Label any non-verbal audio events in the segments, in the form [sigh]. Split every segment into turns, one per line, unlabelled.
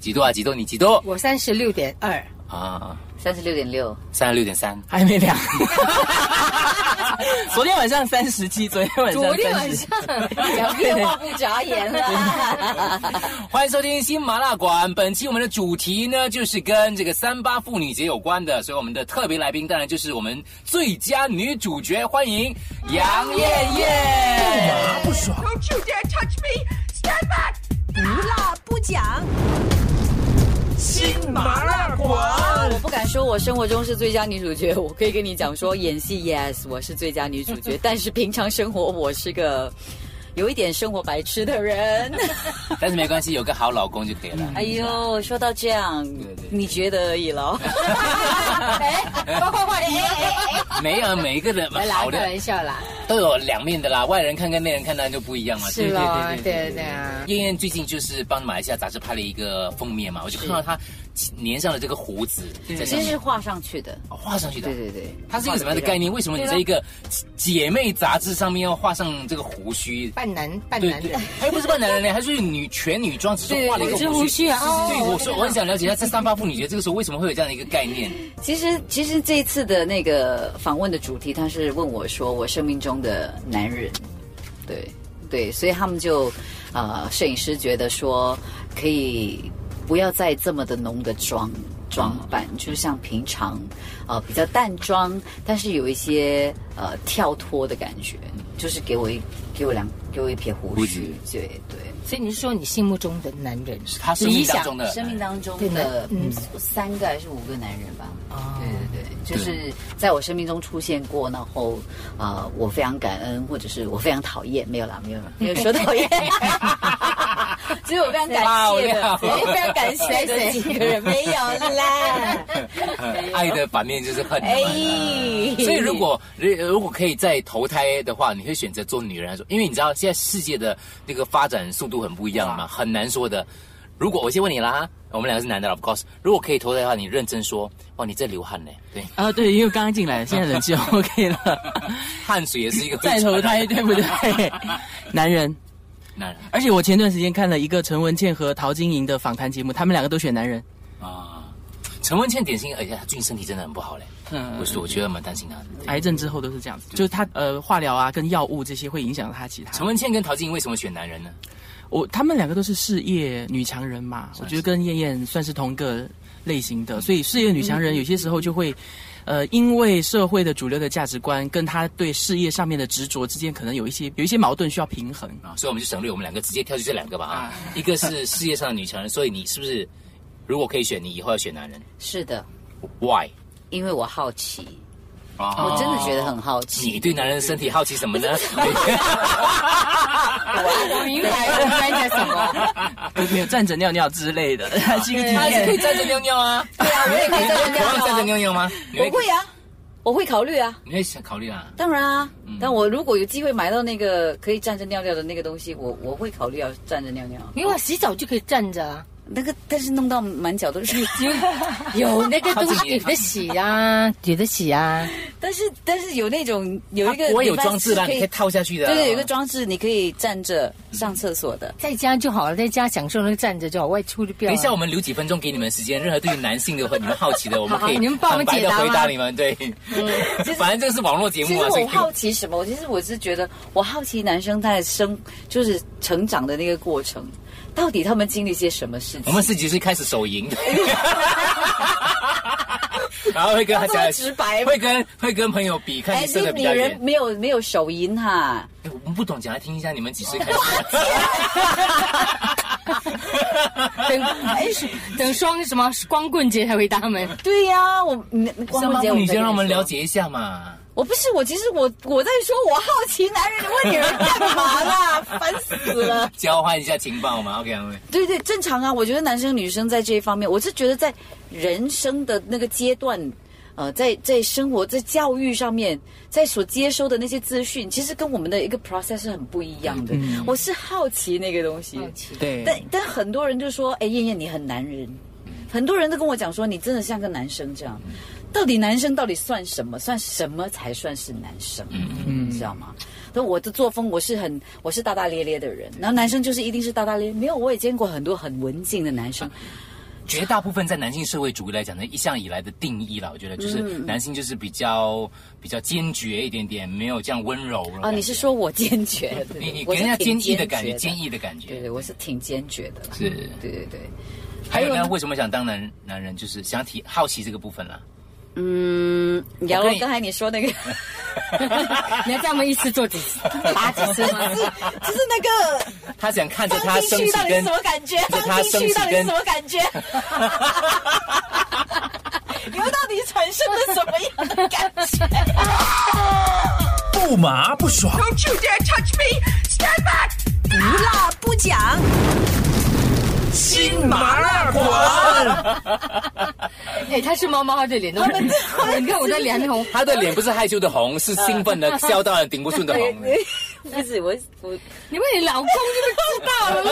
几度啊？几度？你几度？
我三十六点二，
啊，
三十六点六，
三十六点三。
哎
还没量。昨天晚上三十七，昨天晚上
昨天晚上
讲电话不眨
[laughs]
眼了。
欢迎收听新麻辣馆。本期我们的主题呢，就是跟这个三八妇女节有关的，所以我们的特别来宾当然就是我们最佳女主角，欢迎杨艳
哎
艳。
不爽。
Don't you dare touch me! Stand back!
我不敢说我生活中是最佳女主角，我可以跟你讲说演戏 yes 我是最佳女主
[laughs]
角，但是平常生活我是个有一点生活白痴的
[laughs]
人。
但是没关系，有个好老公就可以了。
哎呦，说到这样
对对，
你觉得而已
[laughs]
喽。
哎，快快快，哎
没有每一个人
哎， [laughs] 来
好
开
的
玩笑啦，
都有两面的啦，外人看跟内人看当然就不一样嘛。
是
对
咯，
对对对对
对对啊，
燕燕最近就是帮马来西亚杂志拍了一个封面嘛，我就看到她粘上了这个胡子，在上
其实
面
哎是画上去的，
哦画上去的。
对对对，
它是一个什么样的概念？为什么你
对啊
在一个姐妹杂志上面要画上这个胡须？
半男半
对
男哎
对 [laughs]
的，，
还不是扮男人呢，还是女全女装，只是画了一个
对对
胡
胡
须
须啊哦
对，我说我很想了解一下，在三八妇女节这个时候为什么会有这样的一个概
[laughs]
念？
其实，其实这一次的那个访问的主题，他是问我说，我生命中的男人，对对，所以他们就，呃，摄影师觉得说，可以不要再这么的浓的妆装扮，就是像平常，呃，比较淡妆，但是有一些呃跳脱的感觉，就是给我一给我两给我一撇
胡
胡
子
须，对对。
所以你是说你心目中的男人是
她生命当中的
生命当中
对的
的
嗯
三个还是五个男人吧？
哦
对对对，就是在我生命中出现过，然后呃，我非常感恩，或者是我非常讨厌，没有啦，没有啦，没有说讨厌。只有我非常感谢
哇
的，
我要
[laughs] 非常感谢的几个人没有
[laughs]
啦。
爱的反面就是恨嘛。
哎，
所以如果如如果可以再投胎的话，你会选择做女人还是做？因为你知道现在世界的那个发展速度很不一样嘛，很难说的。如果我先问你啦，哈我们两个是男的了，of course。如果可以投胎的话，你认真说，哇，你这流汗呢，对，
啊，对，因为刚刚进来，现在人 [laughs] 就 OK 了，
汗水也是一个
再投胎对
[laughs]
不 [laughs] 对？男人，
男人
而且我前段时间看了一个陈文茜和陶晶莹的访谈节目，他们两个都选男人。
啊。陈文倩典型，而且她最近身体真的很不好嘞，
嗯
我，是我觉得蛮担心她的。
癌症之后都是这样子，就是他呃化疗啊跟药物这些会影响他其他
陈。文倩跟陶晶莹为什么选男人呢？
我他们两个都是事业女强人嘛，我觉得跟燕燕算是同个类型的，所以事业女强人有些时候就会，呃，因为社会的主流的价值观跟她对事业上面的执着之间，可能有一些有一些矛盾需要平衡。
啊，所以我们就省略我们两个，直接挑去这两个吧啊。 [laughs] 一个是事业上的女强人，所以你是不是如果可以选，你以后要选男人
是的，
？Why？
因为我好奇，
啊
我真的觉得很好
你
奇。
对男人的身体好奇什么呢？
我明白了，该讲什么？
啊
[laughs]
没有站着尿尿之类的，
啊
[laughs] 还是一个体
他是可以
验。
站着尿尿啊。对啊，我也可以站着尿尿。站着尿尿吗？你
我会啊，我会考虑啊。
你会想考虑啊？
当然啊，但我如果有机会买到那个可以站着尿尿的那个东西，我我会考虑要站着尿尿。
没有啊洗澡就可以站着
[laughs]
啊，
那个，但是弄到满脚都是。
有那个
好
东
自
西
己
有的洗啊，有的洗啊，
但是但是有那种有一个
它不会啊有
礼拜四
装置啦，你可以啊套下去的。
对对，有一个装置你可以站着上厕所的。
在家就好了，在家享受那个站着就好，外出就不要
等
了。
一下，我们留几分钟给你们时间，任何对于男性的和你们好奇的，我们可以
好你们帮我
坦白
们解
的
答吗
回答你们。对， [laughs] 反正这是网络节
嗯其
目
实
啊，所以
我好奇什么？我其实我是觉得，我好奇男生在生就是成长的那个过程，到底他们经历些什么事情？
我们是其实开始手
[laughs]
淫的。然后会跟他
这
讲
么直白吗
会跟会跟朋友比，看
哎
你，射的比
女
较
人
远。
没有没有手淫哈，
哎我们不懂，讲来听一下，你们几岁开始？
等哎等双什么光棍节才回答们。
对呀、我嗯你
[laughs]
光
三
棍
八
节
妇
我
女
再跟
节
你
让我们
说
了。解一下嘛。
我不是我，其实我我在说我好奇男人，你问女人干嘛啦？ [laughs] 烦死了。
[laughs] 交换一下情报嘛，OK OK。
对对，正常啊。我觉得男生女生在这一方面，我是觉得在人生的那个阶段，呃，在在生活在教育上面，在所接收的那些资讯，其实跟我们的一个 process 是很不一样的。我是好奇那个东西，
对，
但但很
嗯
多人就说：“哎，燕燕你很男人。”很多人都跟我讲说：“你真的像个男生这样。”到底男生到底算什么？算什么才算是男生？嗯，知道吗？那我的作风，我是很我是大大咧咧的人，然后男生就是一定是大大咧，没有我也见过很多很文静的男
啊
生，
绝大部分在男性社会主义来讲呢，一向以来的定义啦，我觉得就是
嗯
男性就是比较比较坚决一点点，没有这样温柔了。
啊，你是说我坚决？对
你 [laughs] 你
我
给
是
人家坚
挺
毅的感觉，坚
决
毅的感
的。对
觉
对，我是挺坚决的啦。
是。
对对对，
还有
还有
呢，
呢
为什么想当男男人？就是想提好奇这个部分啦。
嗯，
跟
然后
你
刚才你说
[laughs]
那个 [laughs]
你要这样们一次做几次？
打几次吗？
[laughs]
就是那
他想看着
个
他生气跟
感觉
就他生气跟
感觉？你们到底产生了什么样的感觉？
不麻不爽，
Don't you dare touch me! Stand back!
不辣不讲，
新麻辣馆，
哎，他是猫猫，他的脸都红。 [laughs] 你看我的脸
[laughs]
红，
他的脸不是害羞的红，是兴奋
嗯
的、笑到人顶不顺的红，
不是我我
你问你老公就知道了咯。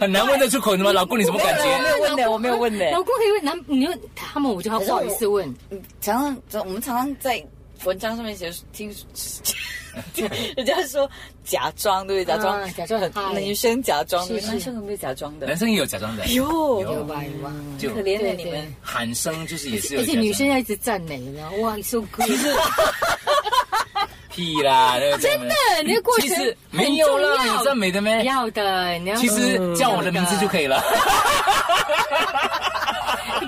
很难问得出口的吗？老公，你什么感
我没
觉？
有问的，我没有问的。
老公可以问男，你问他们，我就不好意思问。
常常我们常常在文章上面写听，人家说假装对不对？假装、
啊假装嗨
很女生假装，
是是
男生有没有假装的
哎
男？生也有假装
哎
的，
哟
有
吧有吧，
就
可怜的
对
你们。
对。
喊声就是也是有假
而
装
且
的
女生要一直赞美，然后哇，你
[laughs]
so good。其实
屁
[laughs]
啦，那个真的
你的过
其
程
实
很
没有
重
啦，
要
有赞美的咩？
要的，你要嗯
其实叫我的名字就可以了。
[laughs]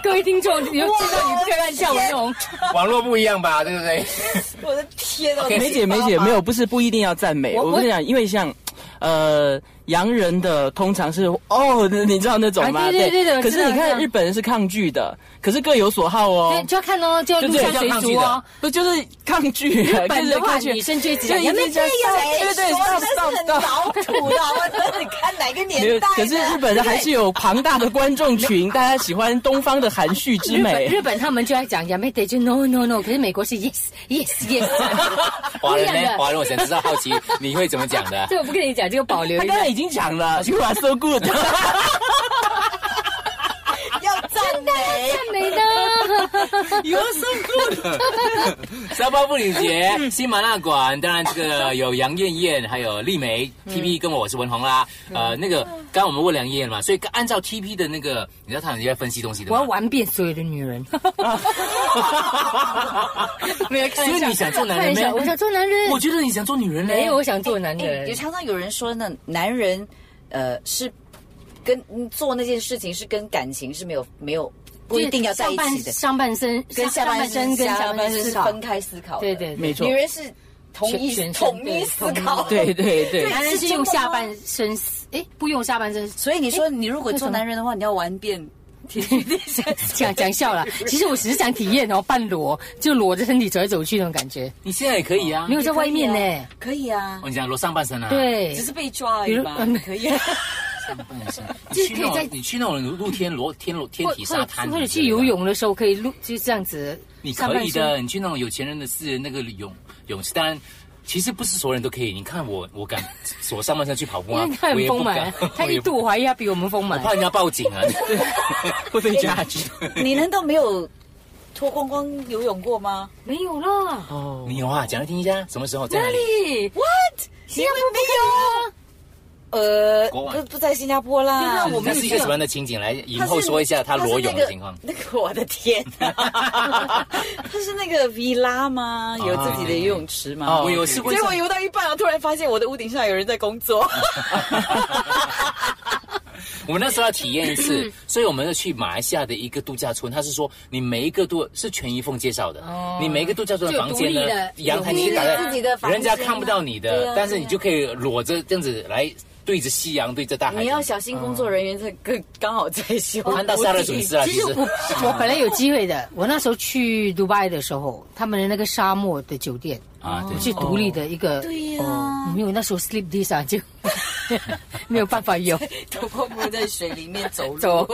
各位听众，你就知道你不可以乱叫我那种。
[laughs] 网络不一样吧，对不
[laughs]
对？
我的天呐
OK，
梅姐，梅姐，没有，不是不一定要赞美。
我
我跟你讲，因为像，呃，洋人的通常是哦，你知道那种吗？
啊对对对对我
可
知
是
道
你看
我知道
日本人是抗拒的，可是各有所好
[laughs] 对，
哦。
就要看哦，就要入乡随俗哦。
不就是抗拒？啊日
本的话，
抗拒
女生就一直
就
讲，
一直这样对对对
说的是
，stop
很
stop stop。
老土的，我真的你看哪个
没有
年代？
可是日本人还是有庞大的观众群，大家喜欢东方的含蓄之
日本
美。
日本他们就要讲 y a m e d 就 no no no，可是美国是 yes yes yes，
[laughs] 华
不一
人呢？
样的。啊嗯
华人，我想知道好奇你会怎么讲
[laughs]
的
这。我不跟你讲，这个保留
他
一
刚
下
才。已经讲了，You are so good。
[laughs]
要赞美，
赞美的，
沙发妇女节，
嗯
新麻辣馆，当然这个有杨艳艳，还有丽梅，T
嗯
P 跟我我是文红啦。呃，那个刚刚我们问杨艳艳嘛，所以按照 T P 的那个，你知道他很在分析东西的
我要
吗？
玩遍所有的女人。没有，看
所以你想做男人咩
我想做男人
我。觉得你想做女人呢，
没有，我想做男
哎，
人
也。常常有人说呢，男人呃是跟嗯做那件事情是跟感情是没有没有不一定要在一起的，
上半身
跟下半身
跟
下
下
半
半
身
身
是
思考
分开思考的。
对对对
没错
女，人是同一
全全身
统一思考。
对
对对对
对。
男人是用下半身思，哎，不用下半身。
所以你说你如果做男人的话，你要玩遍。 [laughs]
讲讲笑了，其实我只是想体验哦，半裸就裸着身体走来走去那种感觉，
你现在也可以啊
没。有在外面
可以
呢
啊。可以啊
我，讲裸上半身啊，，
对，
只是被抓而
比
已
如
吧
嗯，
可以。
上半身。
就
你
是
去
可以
那
在
种你去那种露天裸天裸天
或
体沙滩，
或者去
你知道
游
吗
泳的时候可以露，就这样子。
你
上
可
半
以
身
的，你去那种有钱人的私人那个泳泳池，当然。其实不是所有人都可以，你看我，我敢锁上半身去跑步啊
因为 [laughs] 他，
我
很
也不
丰满
敢，
[laughs] 他
我
一
也不
度怀疑他比我们丰满。
怕人家报
[laughs]
警啊，会被抓去。
你难道没有脱光光游泳过吗？
没有啦，
哦，
[laughs] 你有啊？讲来听一下，什么时候在哪里？
对，
What？
新加坡没有。
呃，
啊国外
不不在新加坡啦。
那我没
那
有
是一个
去啊
什么样的情景？来，以
他是
后说一下他裸泳的情况。
那个、那个我的
[laughs]
天、他是那个 villa 吗？有自己的游泳池吗？
哦
我有试过一
结
次，
果游到一半，我突然发现我的屋顶上有人在工
[laughs]
作。
我们那时候要体验一次，所以我们要去马来西亚的一个度假村。他是说，你每一个度是全一凤介绍的，你每一个度假村的房间
就有独立
呢
的，
阳台你可以打
有
开，
自己的房间
人家看不到你
对啊
的
对啊，
但是你就可以裸着这样子来对着夕阳，对着大海。
你要小心，工作人员在跟刚好在修。
哎看到杀了损失了，
其
其
实
实
我我本来有机会的，我那时候去迪拜的时候，他们的那个沙漠的酒店，
啊，
我
对，
去独立的一个，
对呀、
哦
没有那时候 sleep this 啊，就 [laughs] 没有办法有。
头泡沫在水里面走路。
走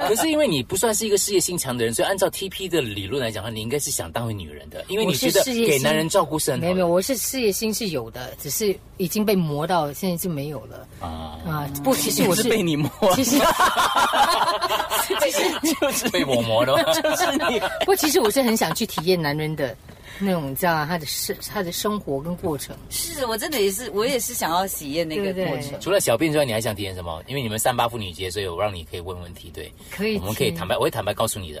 可是因为你不算是一个事业心强的人，所以按照 TP 的理论来讲的话，你应该是想当回女人的，因为你觉得
我是事业
给
心
男人照顾是很好
没
的
有没有，我是事业心是有的，只是已经被磨到现在就没有了
啊。
啊。不，其实
我
我
是
是
被你摸，
其实其
被我磨的吗？
[laughs] 不过其实我是很想去体验男人的那种，你知道吗？他的生他的生活跟过程。
[laughs] 是我真的也是，我也是想要体验那个
对对
过程。
除了小便之外，你还想体验什么？因为你们三八妇女节，所以我让你可以问问题，对，
可以
我们可以
去
坦白，我会坦白告诉你的，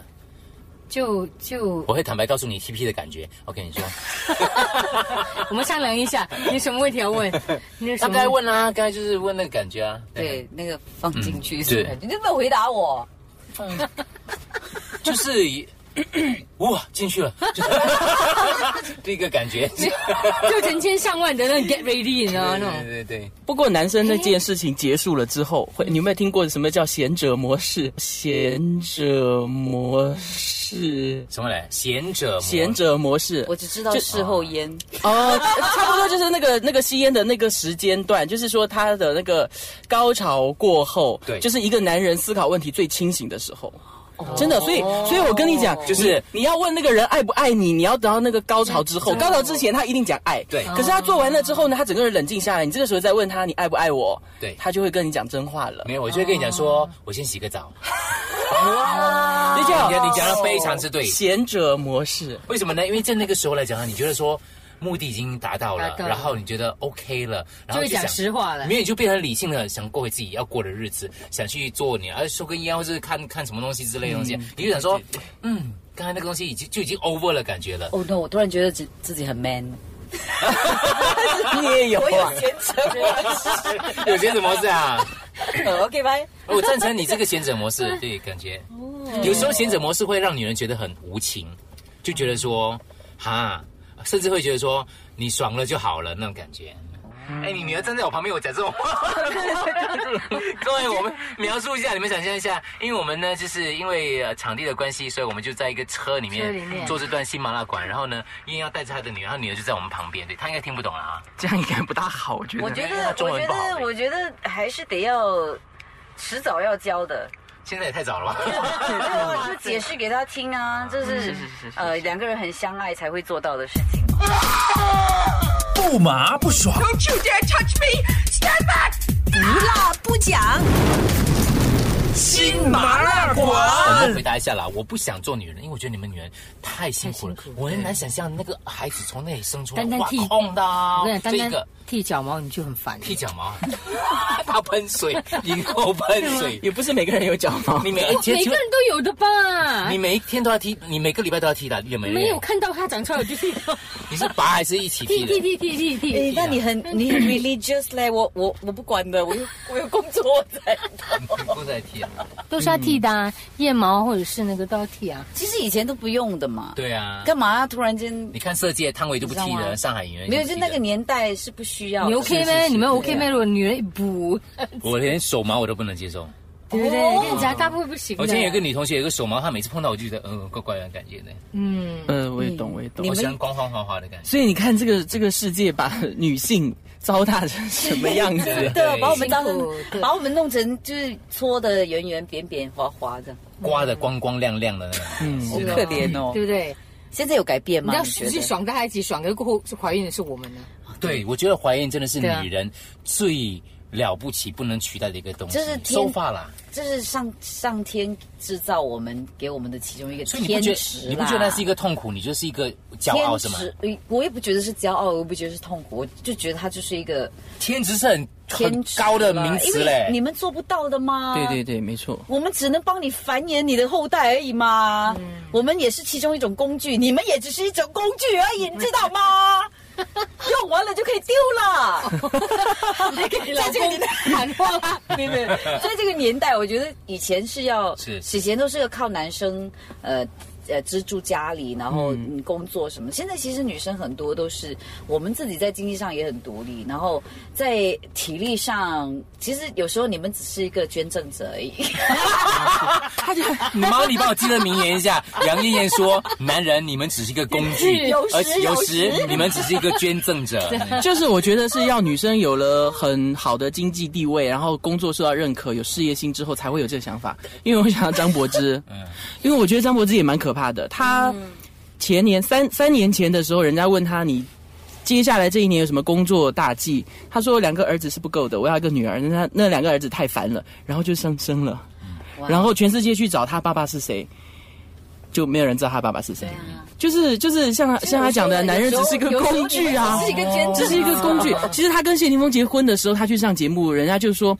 就就
我会坦白告诉你 T P 的感觉。OK，你说，
我们商量一下，你有什么问题要问？你有什
他
么
刚才问啦、刚才就是问那个感觉啊，
对，那个放进去
嗯
是
对
感觉，你怎么回答我？
就是 [coughs] 哇进去了， [laughs] 就是这个感觉，对
就成千上万的那种 get ready，你知道吗？那
对
种
对对，
不过男生那件事情结束了之后，会你有没有听过什么叫贤者模式？贤者模式，
什么来？贤者
贤者模式，
我只知道
就
事后烟，
哦，差不多就是那个那个吸烟的那个时间段，就是说他的那个高潮过后，
对
就是一个男人思考问题最清醒的时候。真的，所以，所以我跟你讲，
就是
你你要问那个人爱不爱你，你要等到那个高潮之后，高潮之前他一定讲爱，
对
可是他做完了之后呢，他整个人冷静下来，你这个时候再问他你爱不爱我，
对
他就会跟你讲真话了
没。有，我就会跟你讲说，我先洗个澡。
这
你讲
叫
你讲的非常之对，
贤者模式。
为什么呢？因为在那个时候来讲啊，你觉得说目的已经达到了，
达到了
然后你觉得 OK 了，然
就
后
会
就想
讲实话了
没。有你就变成理性了，想过回自己要过的日子，想去做你啊抽根烟或是看看什么东西之类的东西，你就想说，嗯，刚才那个东西已经就已经 over 了感
[laughs]
觉了。
哦 no！我突然觉得自自己
[laughs]
很 man，
你也有啊？
[laughs] 有些什么事啊？
OK 拜。
我哦赞成你这个贤者模
[laughs]
式，对，感觉
哦
有时候贤者模式会让女人觉得很无情，就觉得说哈，甚至会觉得说你爽了就好了那种感觉。哎，你女儿站在我旁边，我讲这种话。 [laughs] 各位，我们描述一下，你们想象一下，因为我们呢，就是因为呃场地的关系，所以我们就在一个车里
车
面
里面
做这段新麻辣馆。然后呢，燕要带着她的女儿，她女儿就在我们旁边，对她应该听不懂了啊。
这样应该不大好，我觉得。
我觉
因为他
得，
中
我
文
觉
不好
得，我觉得还是得要迟早要教的。
现在也太早了吧？
[laughs]
我就解释给他听啊，就是呃两个人很相爱才会做到的事情。
不麻不爽，
Don't you dare touch me! Stand back!
不辣不讲，
新麻辣
我们
馆，
回答一下啦，我不想做女人，因为我觉得你们女人太辛苦了，我很难想象那个孩子从那里生出来，
单单
哇
剃
痛的啊、
我跟你讲，
这
单单
个
剃脚毛你就很烦。
剃脚毛， [laughs] 他喷水，你给我喷
[laughs]
水，
也不是每个人有脚毛，
你每
哇
一天
每个人都有的吧
你？每一天都要剃，你每个礼拜都要剃的，有没有？
没有看到他长出来我就剃，
你是拔还是一起
剃
剃
剃
的？
剃剃剃剃。
那你很你很 religious 嘞，我我我不管的，我有我有工作在。 [laughs]
都在剃啊，
都是要剃的啊，腋毛或者是那个都要剃啊。
其实以前都不用的嘛，
[laughs] 对啊。
干嘛突然间
你看色戒，汤唯都不
你
剃
知道
了，
吗
上海演员
没有？
也不
就
剃
那个
了
年代是不需要的。
你 OK 咩？你们 OK 咩？
对啊
如果女人一补，
我连手毛我都不能接受。
对不对？跟你讲，大部分不行的。
我之前有一个女同学，有一个手毛，她每次碰到我就觉得，嗯，怪怪的感觉呢。
嗯，
呃，我也懂，我也懂。
我喜欢光光滑滑的感觉。
所以你看，这个这个世界把女性糟蹋成什么样子？
对
对，把我们当
辛苦对
成把我们弄成就是搓的圆圆扁扁滑滑的，
刮的光光亮亮的那种。
[laughs]
嗯，
好可怜哦
对。不对？
现在有改变
你
吗？
要
你觉
去
得？
爽大家一起爽，可是过后是怀孕的是我们呢。
对，我觉得怀孕真的是
对啊
女人最了不起、不能取代的一个东西，
就是天
收发啦。
这是上上天制造我们给我们的其中一个
所以你不
天
觉
职
得你不觉得那是一个痛苦，你就是一个骄傲是吗？
天职呃我也不觉得是骄傲，我也不觉得是痛苦，我就觉得它就是一个
天职是很
天
很
职
高的
啦
名词
因为
嘞
你。们做不到的 [laughs] 吗？
啊对对对，没错。
我们只能帮你繁衍你的后代而已嘛。我们也是其中一种工具，你们也只是一种工具而已，你知道吗？用完了就可以丢了。 [laughs]
还给哎老公喊话啦，
没有没有，在这个年代，我觉得以前是要，
是
以前都是要靠男生，呃。呃，资助家里，然后嗯工作什么。现在其实女生很多都是我们自己在经济上也很独立，然后在体力上，其实有时候你们只是一个捐赠者而已。
[laughs] 你妈，你帮我记得名言一下。杨艳艳说：“男人，你们只是一个工具，
[laughs] 有时
而且有
有
时你们只是一个捐赠
[laughs]
者。
就是我觉得是要女生有了很好的经济地位，然后工作受到认可，有事业心之后才会有这个想法。因为我想到张柏芝， [laughs] 因为我觉得张柏芝也蛮可怕的。她
嗯
前年三三年前的时候，人家问她你接下来这一年有什么工作大计？
嗯
她说两个儿子是不够的，我要一个女儿。那她那两个儿子太烦了，然后就生生了。
哇
然后全世界去找他爸爸是谁，就没有人知道他爸爸是谁。
啊
就是就是像他像他讲的，男人只是一个工具啊，
是一个兼
这
职，
是一个工具。
哦
其实他跟谢霆锋结婚的时候，他去上节目，人家就说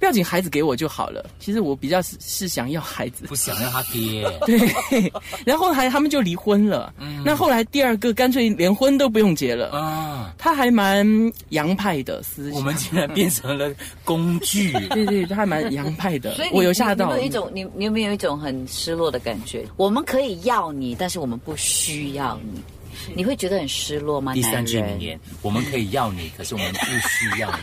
不要紧，孩子给我就好了。其实我比较是是想要孩
[laughs]
子，
不想要他爹，
对。然后还他们就离婚了。
嗯
那后来第二个干脆连婚都不用结了。
啊，
他还蛮洋派的思想，
我们竟然变成了工具。
对对，他还蛮洋
[laughs]
派的
所以，你
我有吓
你
到
有没有一种你你有没有一种很失落的感觉？我们可以要你，但是我们不需要你，你会觉得很失落吗？
第三句
男人
名言：我们可以要你，可是我们不需 [laughs] 要你。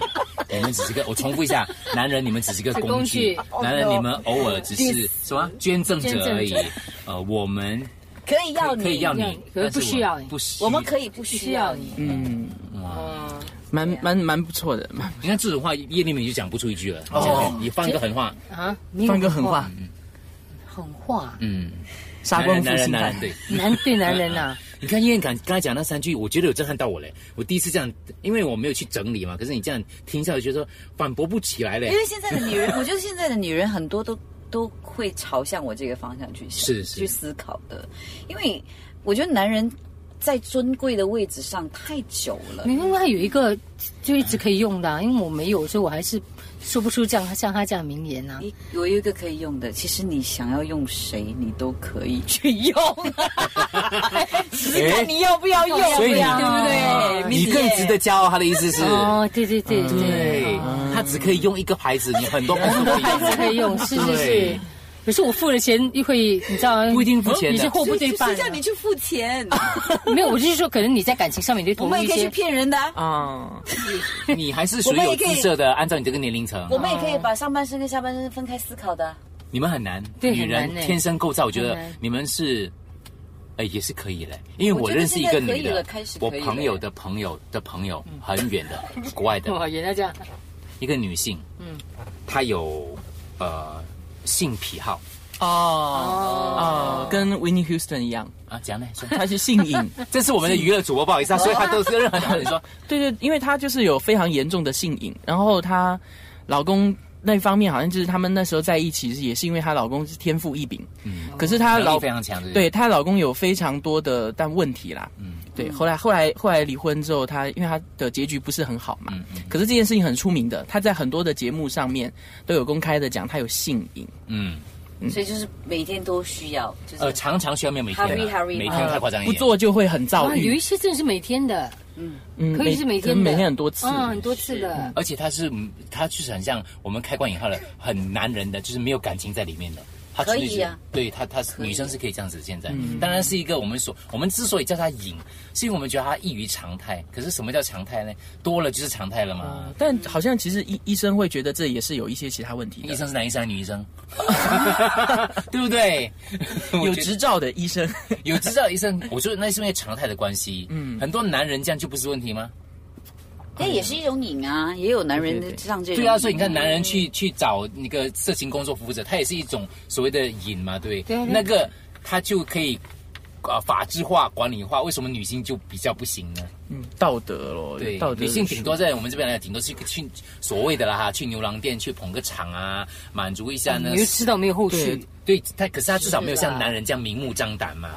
你们只是个，我重复一下，男人你们只是个工具
工，
男人你们偶尔只是什么捐赠者而已
捐赠。
呃，我们
可以要你，
可以要
要
你
你，可
但
是不需要
我们不需
我们可以不需
需
要
要
你。
你。
嗯，
哇！
蛮蛮蛮不错的，蛮
你看这种话，叶丽敏就讲不出一句了。哦，你放一个狠话，
啊，你有
放个狠话，
狠话，
嗯，
杀
男
光
人
复
男人
兴
男
派
人，对。
男对男人呐、
你看叶燕敢刚才讲那三句，我觉得有震撼到我嘞。我第一次这样，因为我没有去整理嘛，可是你这样听下来，觉得说反驳不起来嘞
因。为现在的女人，我觉得现在的女人很多都都会朝向我这个方向去想
是是
去思考的，因为我觉得男人在尊贵的位置上太久了。
你另外有一个就一直可以用的、啊，因为我没有，所以我还是说不出这样像他这样名言啊。
你我有一个可以用的，其实你想要用谁，你都可以去用。
只是看你要不要用，
哎所以你
对不
啊
对？
你更值得骄傲。他的意思是，
哦，对对对对，
对，他只可以用一个牌子，你很多牌子
很
都
多
可以
牌子 [laughs]
用
可以用，是是
对
是。可是我付了钱，又会你知道
不一定付钱的
你是货不对
就
办
是
啊、
叫你去付钱，
啊
没有，我就是说，可能你在感情上面对
[laughs] 我
同
们
一
也可以去
些，
骗人的、啊。
啊，
你还是属于有姿色的，按照你这个年龄层
我，们也可以把上半身跟下半身分开思考的啊，
你们很难。
对
女人
很难欸
天生构造，我觉得
很难
你们是。哎，也是可以嘞，因为
我
我
觉得
认识一个
现在可以
女的
了开始，可
我
以了
朋友的朋友的朋友，很远的，国外的，
哇，原来这样，
一个女性，嗯，她有呃性癖好
哦哦，跟 Winnie Houston 一样，
啊，讲呢，说
他是性
[laughs]
瘾，
这是我们的娱乐主播，不好意思啊，所以她都是任何男人说，
对对，因为他就是有非常严重的性瘾，然后她老公。那方面好像就是他们那时候在一起，也是因为她老公是天赋异禀，
嗯，
可是她
能
老
力非常强，
对，她老公有非常多的但问题啦，
嗯
对，后来后来后来离婚之后，她因为她的结局不是很好嘛，
嗯嗯
可是这件事情很出名的，她在很多的节目上面都有公开的讲她有性瘾，
嗯，
所以就是每天都需要，就是、
呃，常常需要没有每天啊
Hurry, hurry
每天太夸张一
嗯
不
点，
做就会很躁
哇，有
郁
一，些真的是每天的，
嗯
可以是每
可
天
能
的，
每天很多次，
嗯，很多次的，
而且她是嗯她就是很像我们开关以后的很男人的，就是没有感情在里面的。她
可以
处理
啊
对她她女生是可以这样子。现在当然是一个我们所我们之所以叫她瘾，是因为我们觉得她异于常态。可是什么叫常态呢？多了就是常态了嘛。
呃但好像其实医医生会觉得这也是有一些其他问题
医
的，
生是男医生还是女医生？对不对？
有执照的医生，
有知道医生，我说那是因为常态的关系。嗯，很多男人这样就不是问题吗？
那哎也是一种瘾啊，也有男
对对
人
对
像这种
对啊，所以你看，男人去去找那个色情工作服务者，他也是一种所谓的瘾嘛，对不对？
对对
那个他就可以。啊，法制化、管理化，为什么女性就比较不行呢？
嗯，道德咯，
对
道，德
女性
的
顶
书
多在我们这边来讲，顶多去去所谓的啦哈，去牛郎店去捧个场啊，满足一下呢
你。就知道嗯没有后续
对。
对，他可是他至少没有像男人这样明目张胆嘛，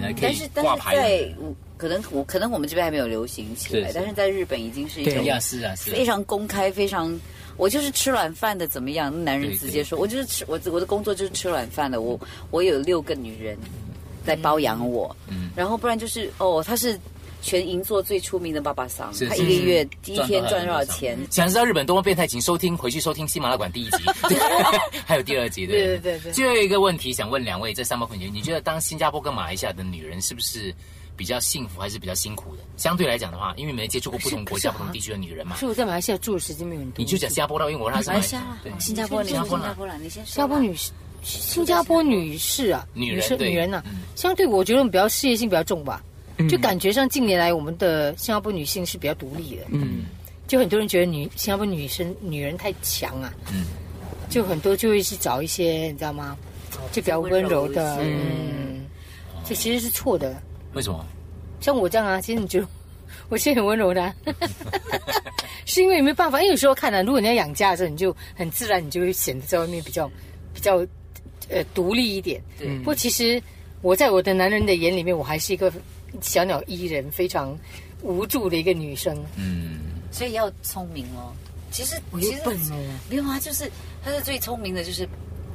人家可
但
以
是但
挂
是
牌啊
在我可能我可能我们这边还没有流行起来，
是是
但是在日本已经是一
对
种
呀，是啊，是啊
非常公开、非常我就是吃软饭的怎么样？男人直接说，我就是吃我我的工作就是吃软饭的，我我有六个女人在包养我，
嗯
然后不然就是哦，他是全银座最出名的爸爸桑，
是
他
是
一个月第
是
一天赚多少钱？
想知道日本多么变态，请收听回去收听《喜马拉馆》第一
[laughs]
集， [laughs] 还有第二集。对
对对对
最后一个问题想问两位，这三八妇女，你觉得当新加坡跟马来西亚的女人是不是比较幸福，还是比较辛苦的？相对来讲的话，因为没接触过不同国家、
可是可是啊
不同地区的女人嘛
可，是我在马来西亚住的时间没有很多，
你就讲新加坡啦，因为我让她是
马来西亚啦
对，，
新加坡，你
新
说
加
新
坡
加
啦，
坡啦，你先说
新加
吧。
坡女士，新加坡女士啊，
女人
士
对嗯
女人呐、相对我觉得我们比较事业心比较重吧，就感觉上近年来我们的新加坡女性是比较独立的，
嗯，
就很多人觉得女新加坡女生女人太强啊，
嗯
就很多就会去找一些你知道吗，就比较温柔的，
温柔一些
嗯，这其实是错的。
为什么？
像我这样啊，其实你觉得我是很温柔的、啊， [laughs] 是因为没办法，因为有时候看啊，如果你要养家的时候，你就很自然，你就会显得在外面比较比较呃独立一点。
对
不过其实我在我的男人的眼里面，我还是一个小鸟依人、非常无助的一个女生。
嗯
所以要聪明哦。其实
我又
其实
笨哦
没有啊，就是他是最聪明的，就是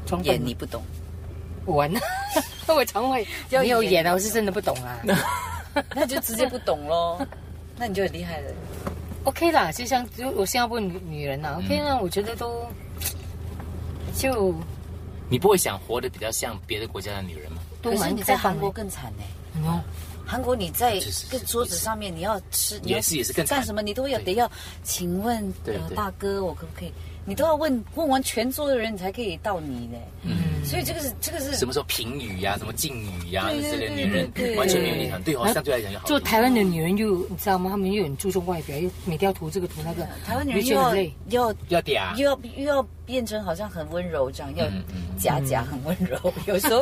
装笨
演你不懂。
我完了， [laughs] 我常会
要
没有
演
演啊，我是真的不懂
[laughs]
啊。
那就直接不懂
[laughs]
咯。那你就很厉害了。
OK 啦，就像就我新加坡女女人呐、o k 啦，
嗯
我觉得都就
你不会想活得比较像别的国家的女人吗？
都
可是
蛮
你
开
在
放
韩
的
国更惨欸呢、
哦
韩国你在
是是
跟桌子上面，你要吃，你要
也是也是更惨
干什么你都要得要，请问
对
呃
对
大哥，我可不可以？你都要问问完全桌的人，你才可以到你呢。嗯，所以这个是这个是
什么时候评语啊呀、什么敬语呀、
对
之类的
对
女人
对对啊
完全没有影响，对好相对来讲就好。
做台湾的女人又你知道吗？她们又很注重外表，又每天要涂这个涂那个，
台湾女
你
人
就
又
觉得
要
要
很累。
又要
嗲
又要又要变成好像很温柔这样，要
嗯嗯
假假很温柔，有
[laughs]
时候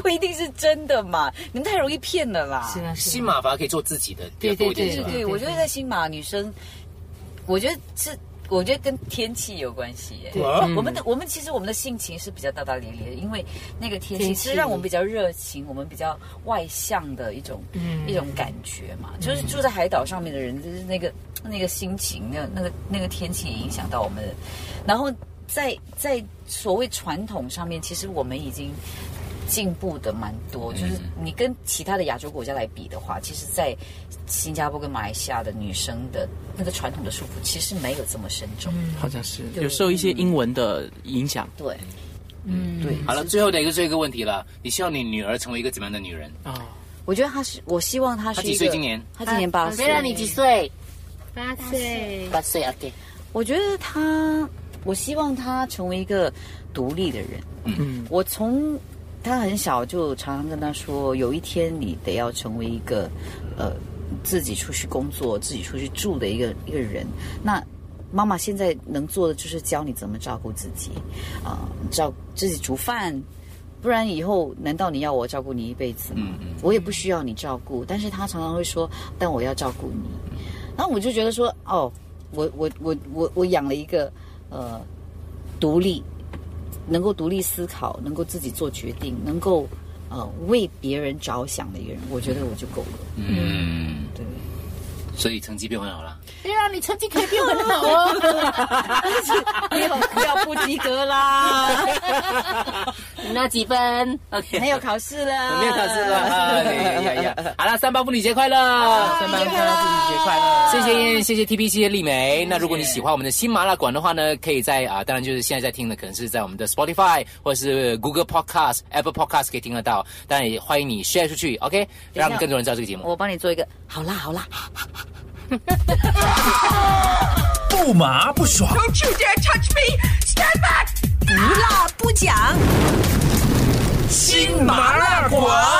不一定是真的嘛，你们太容易骗了啦。
是啊，是
新
啊
马反而可以做自己的比较多一点，是
对
对
吧？
对，我觉得在新马女生，我觉得是，我觉得跟天气有关系耶。
嗯
我们的我们其实我们的性情是比较大大咧咧，因为那个天气
天
是
气
让我们比较热情，我们比较外向的一种、一种感觉嘛。就是住在海岛上面的人，就是那个那个心情，那那个那个天气影响到我们的。然后在在所谓传统上面，其实我们已经进步的蛮多。就是你跟其他的亚洲国家来比的话，其实，在新加坡跟马来西亚的女生的那个传统的束缚，其实没有这么深重。
好像是
对
有受一些英文的影响
对，嗯，对，
好了，最后的一个最后一个问题了，你希望你女儿成为一个怎么样的女人？
啊、
我觉得他是，我希望他是
她
一个。
几岁今年
他今年八岁。
岁？八岁。
八岁啊，对。我觉得他，我希望他成为一个独立的人。嗯，我从他很小就常常跟他说，有一天你得要成为一个呃自己出去工作、自己出去住的一个一个人。那妈妈现在能做的就是教你怎么照顾自己，啊、照自己煮饭。不然以后难道你要我照顾你一辈子吗？我也不需要你照顾，但是他常常会说，但我要照顾你。然后我就觉得说，哦，我我我我我养了一个呃独立，能够独立思考，能够自己做决定，能够呃为别人着想的一个人，我觉得我就够了。
嗯，
对，
所以成绩变很好了。
对啊，你成绩可以变很 [laughs] 好哦。
没有 [laughs] 不要不及格啦，
你拿几分？
OK，
[laughs] 没有考试了，
没有考试
[laughs]
了。啊呀呀呀！好了，三八妇女节快乐！三八妇女节快乐！谢谢燕燕，谢谢 T P，谢谢丽梅。那如果你喜欢我们的新麻辣馆的话呢，可以在啊，当然就是现在在听的，可能是在我们的 Spotify 或者是 Google Podcast、Apple Podcast 可以听得到。当然也欢迎你 share 出去，OK，
一下
让更多人知道这个节目。
我帮你做一个，好啦好啦。
不麻不爽。
Don't you dare touch me! Stand back!
不辣不讲。
新麻辣馆。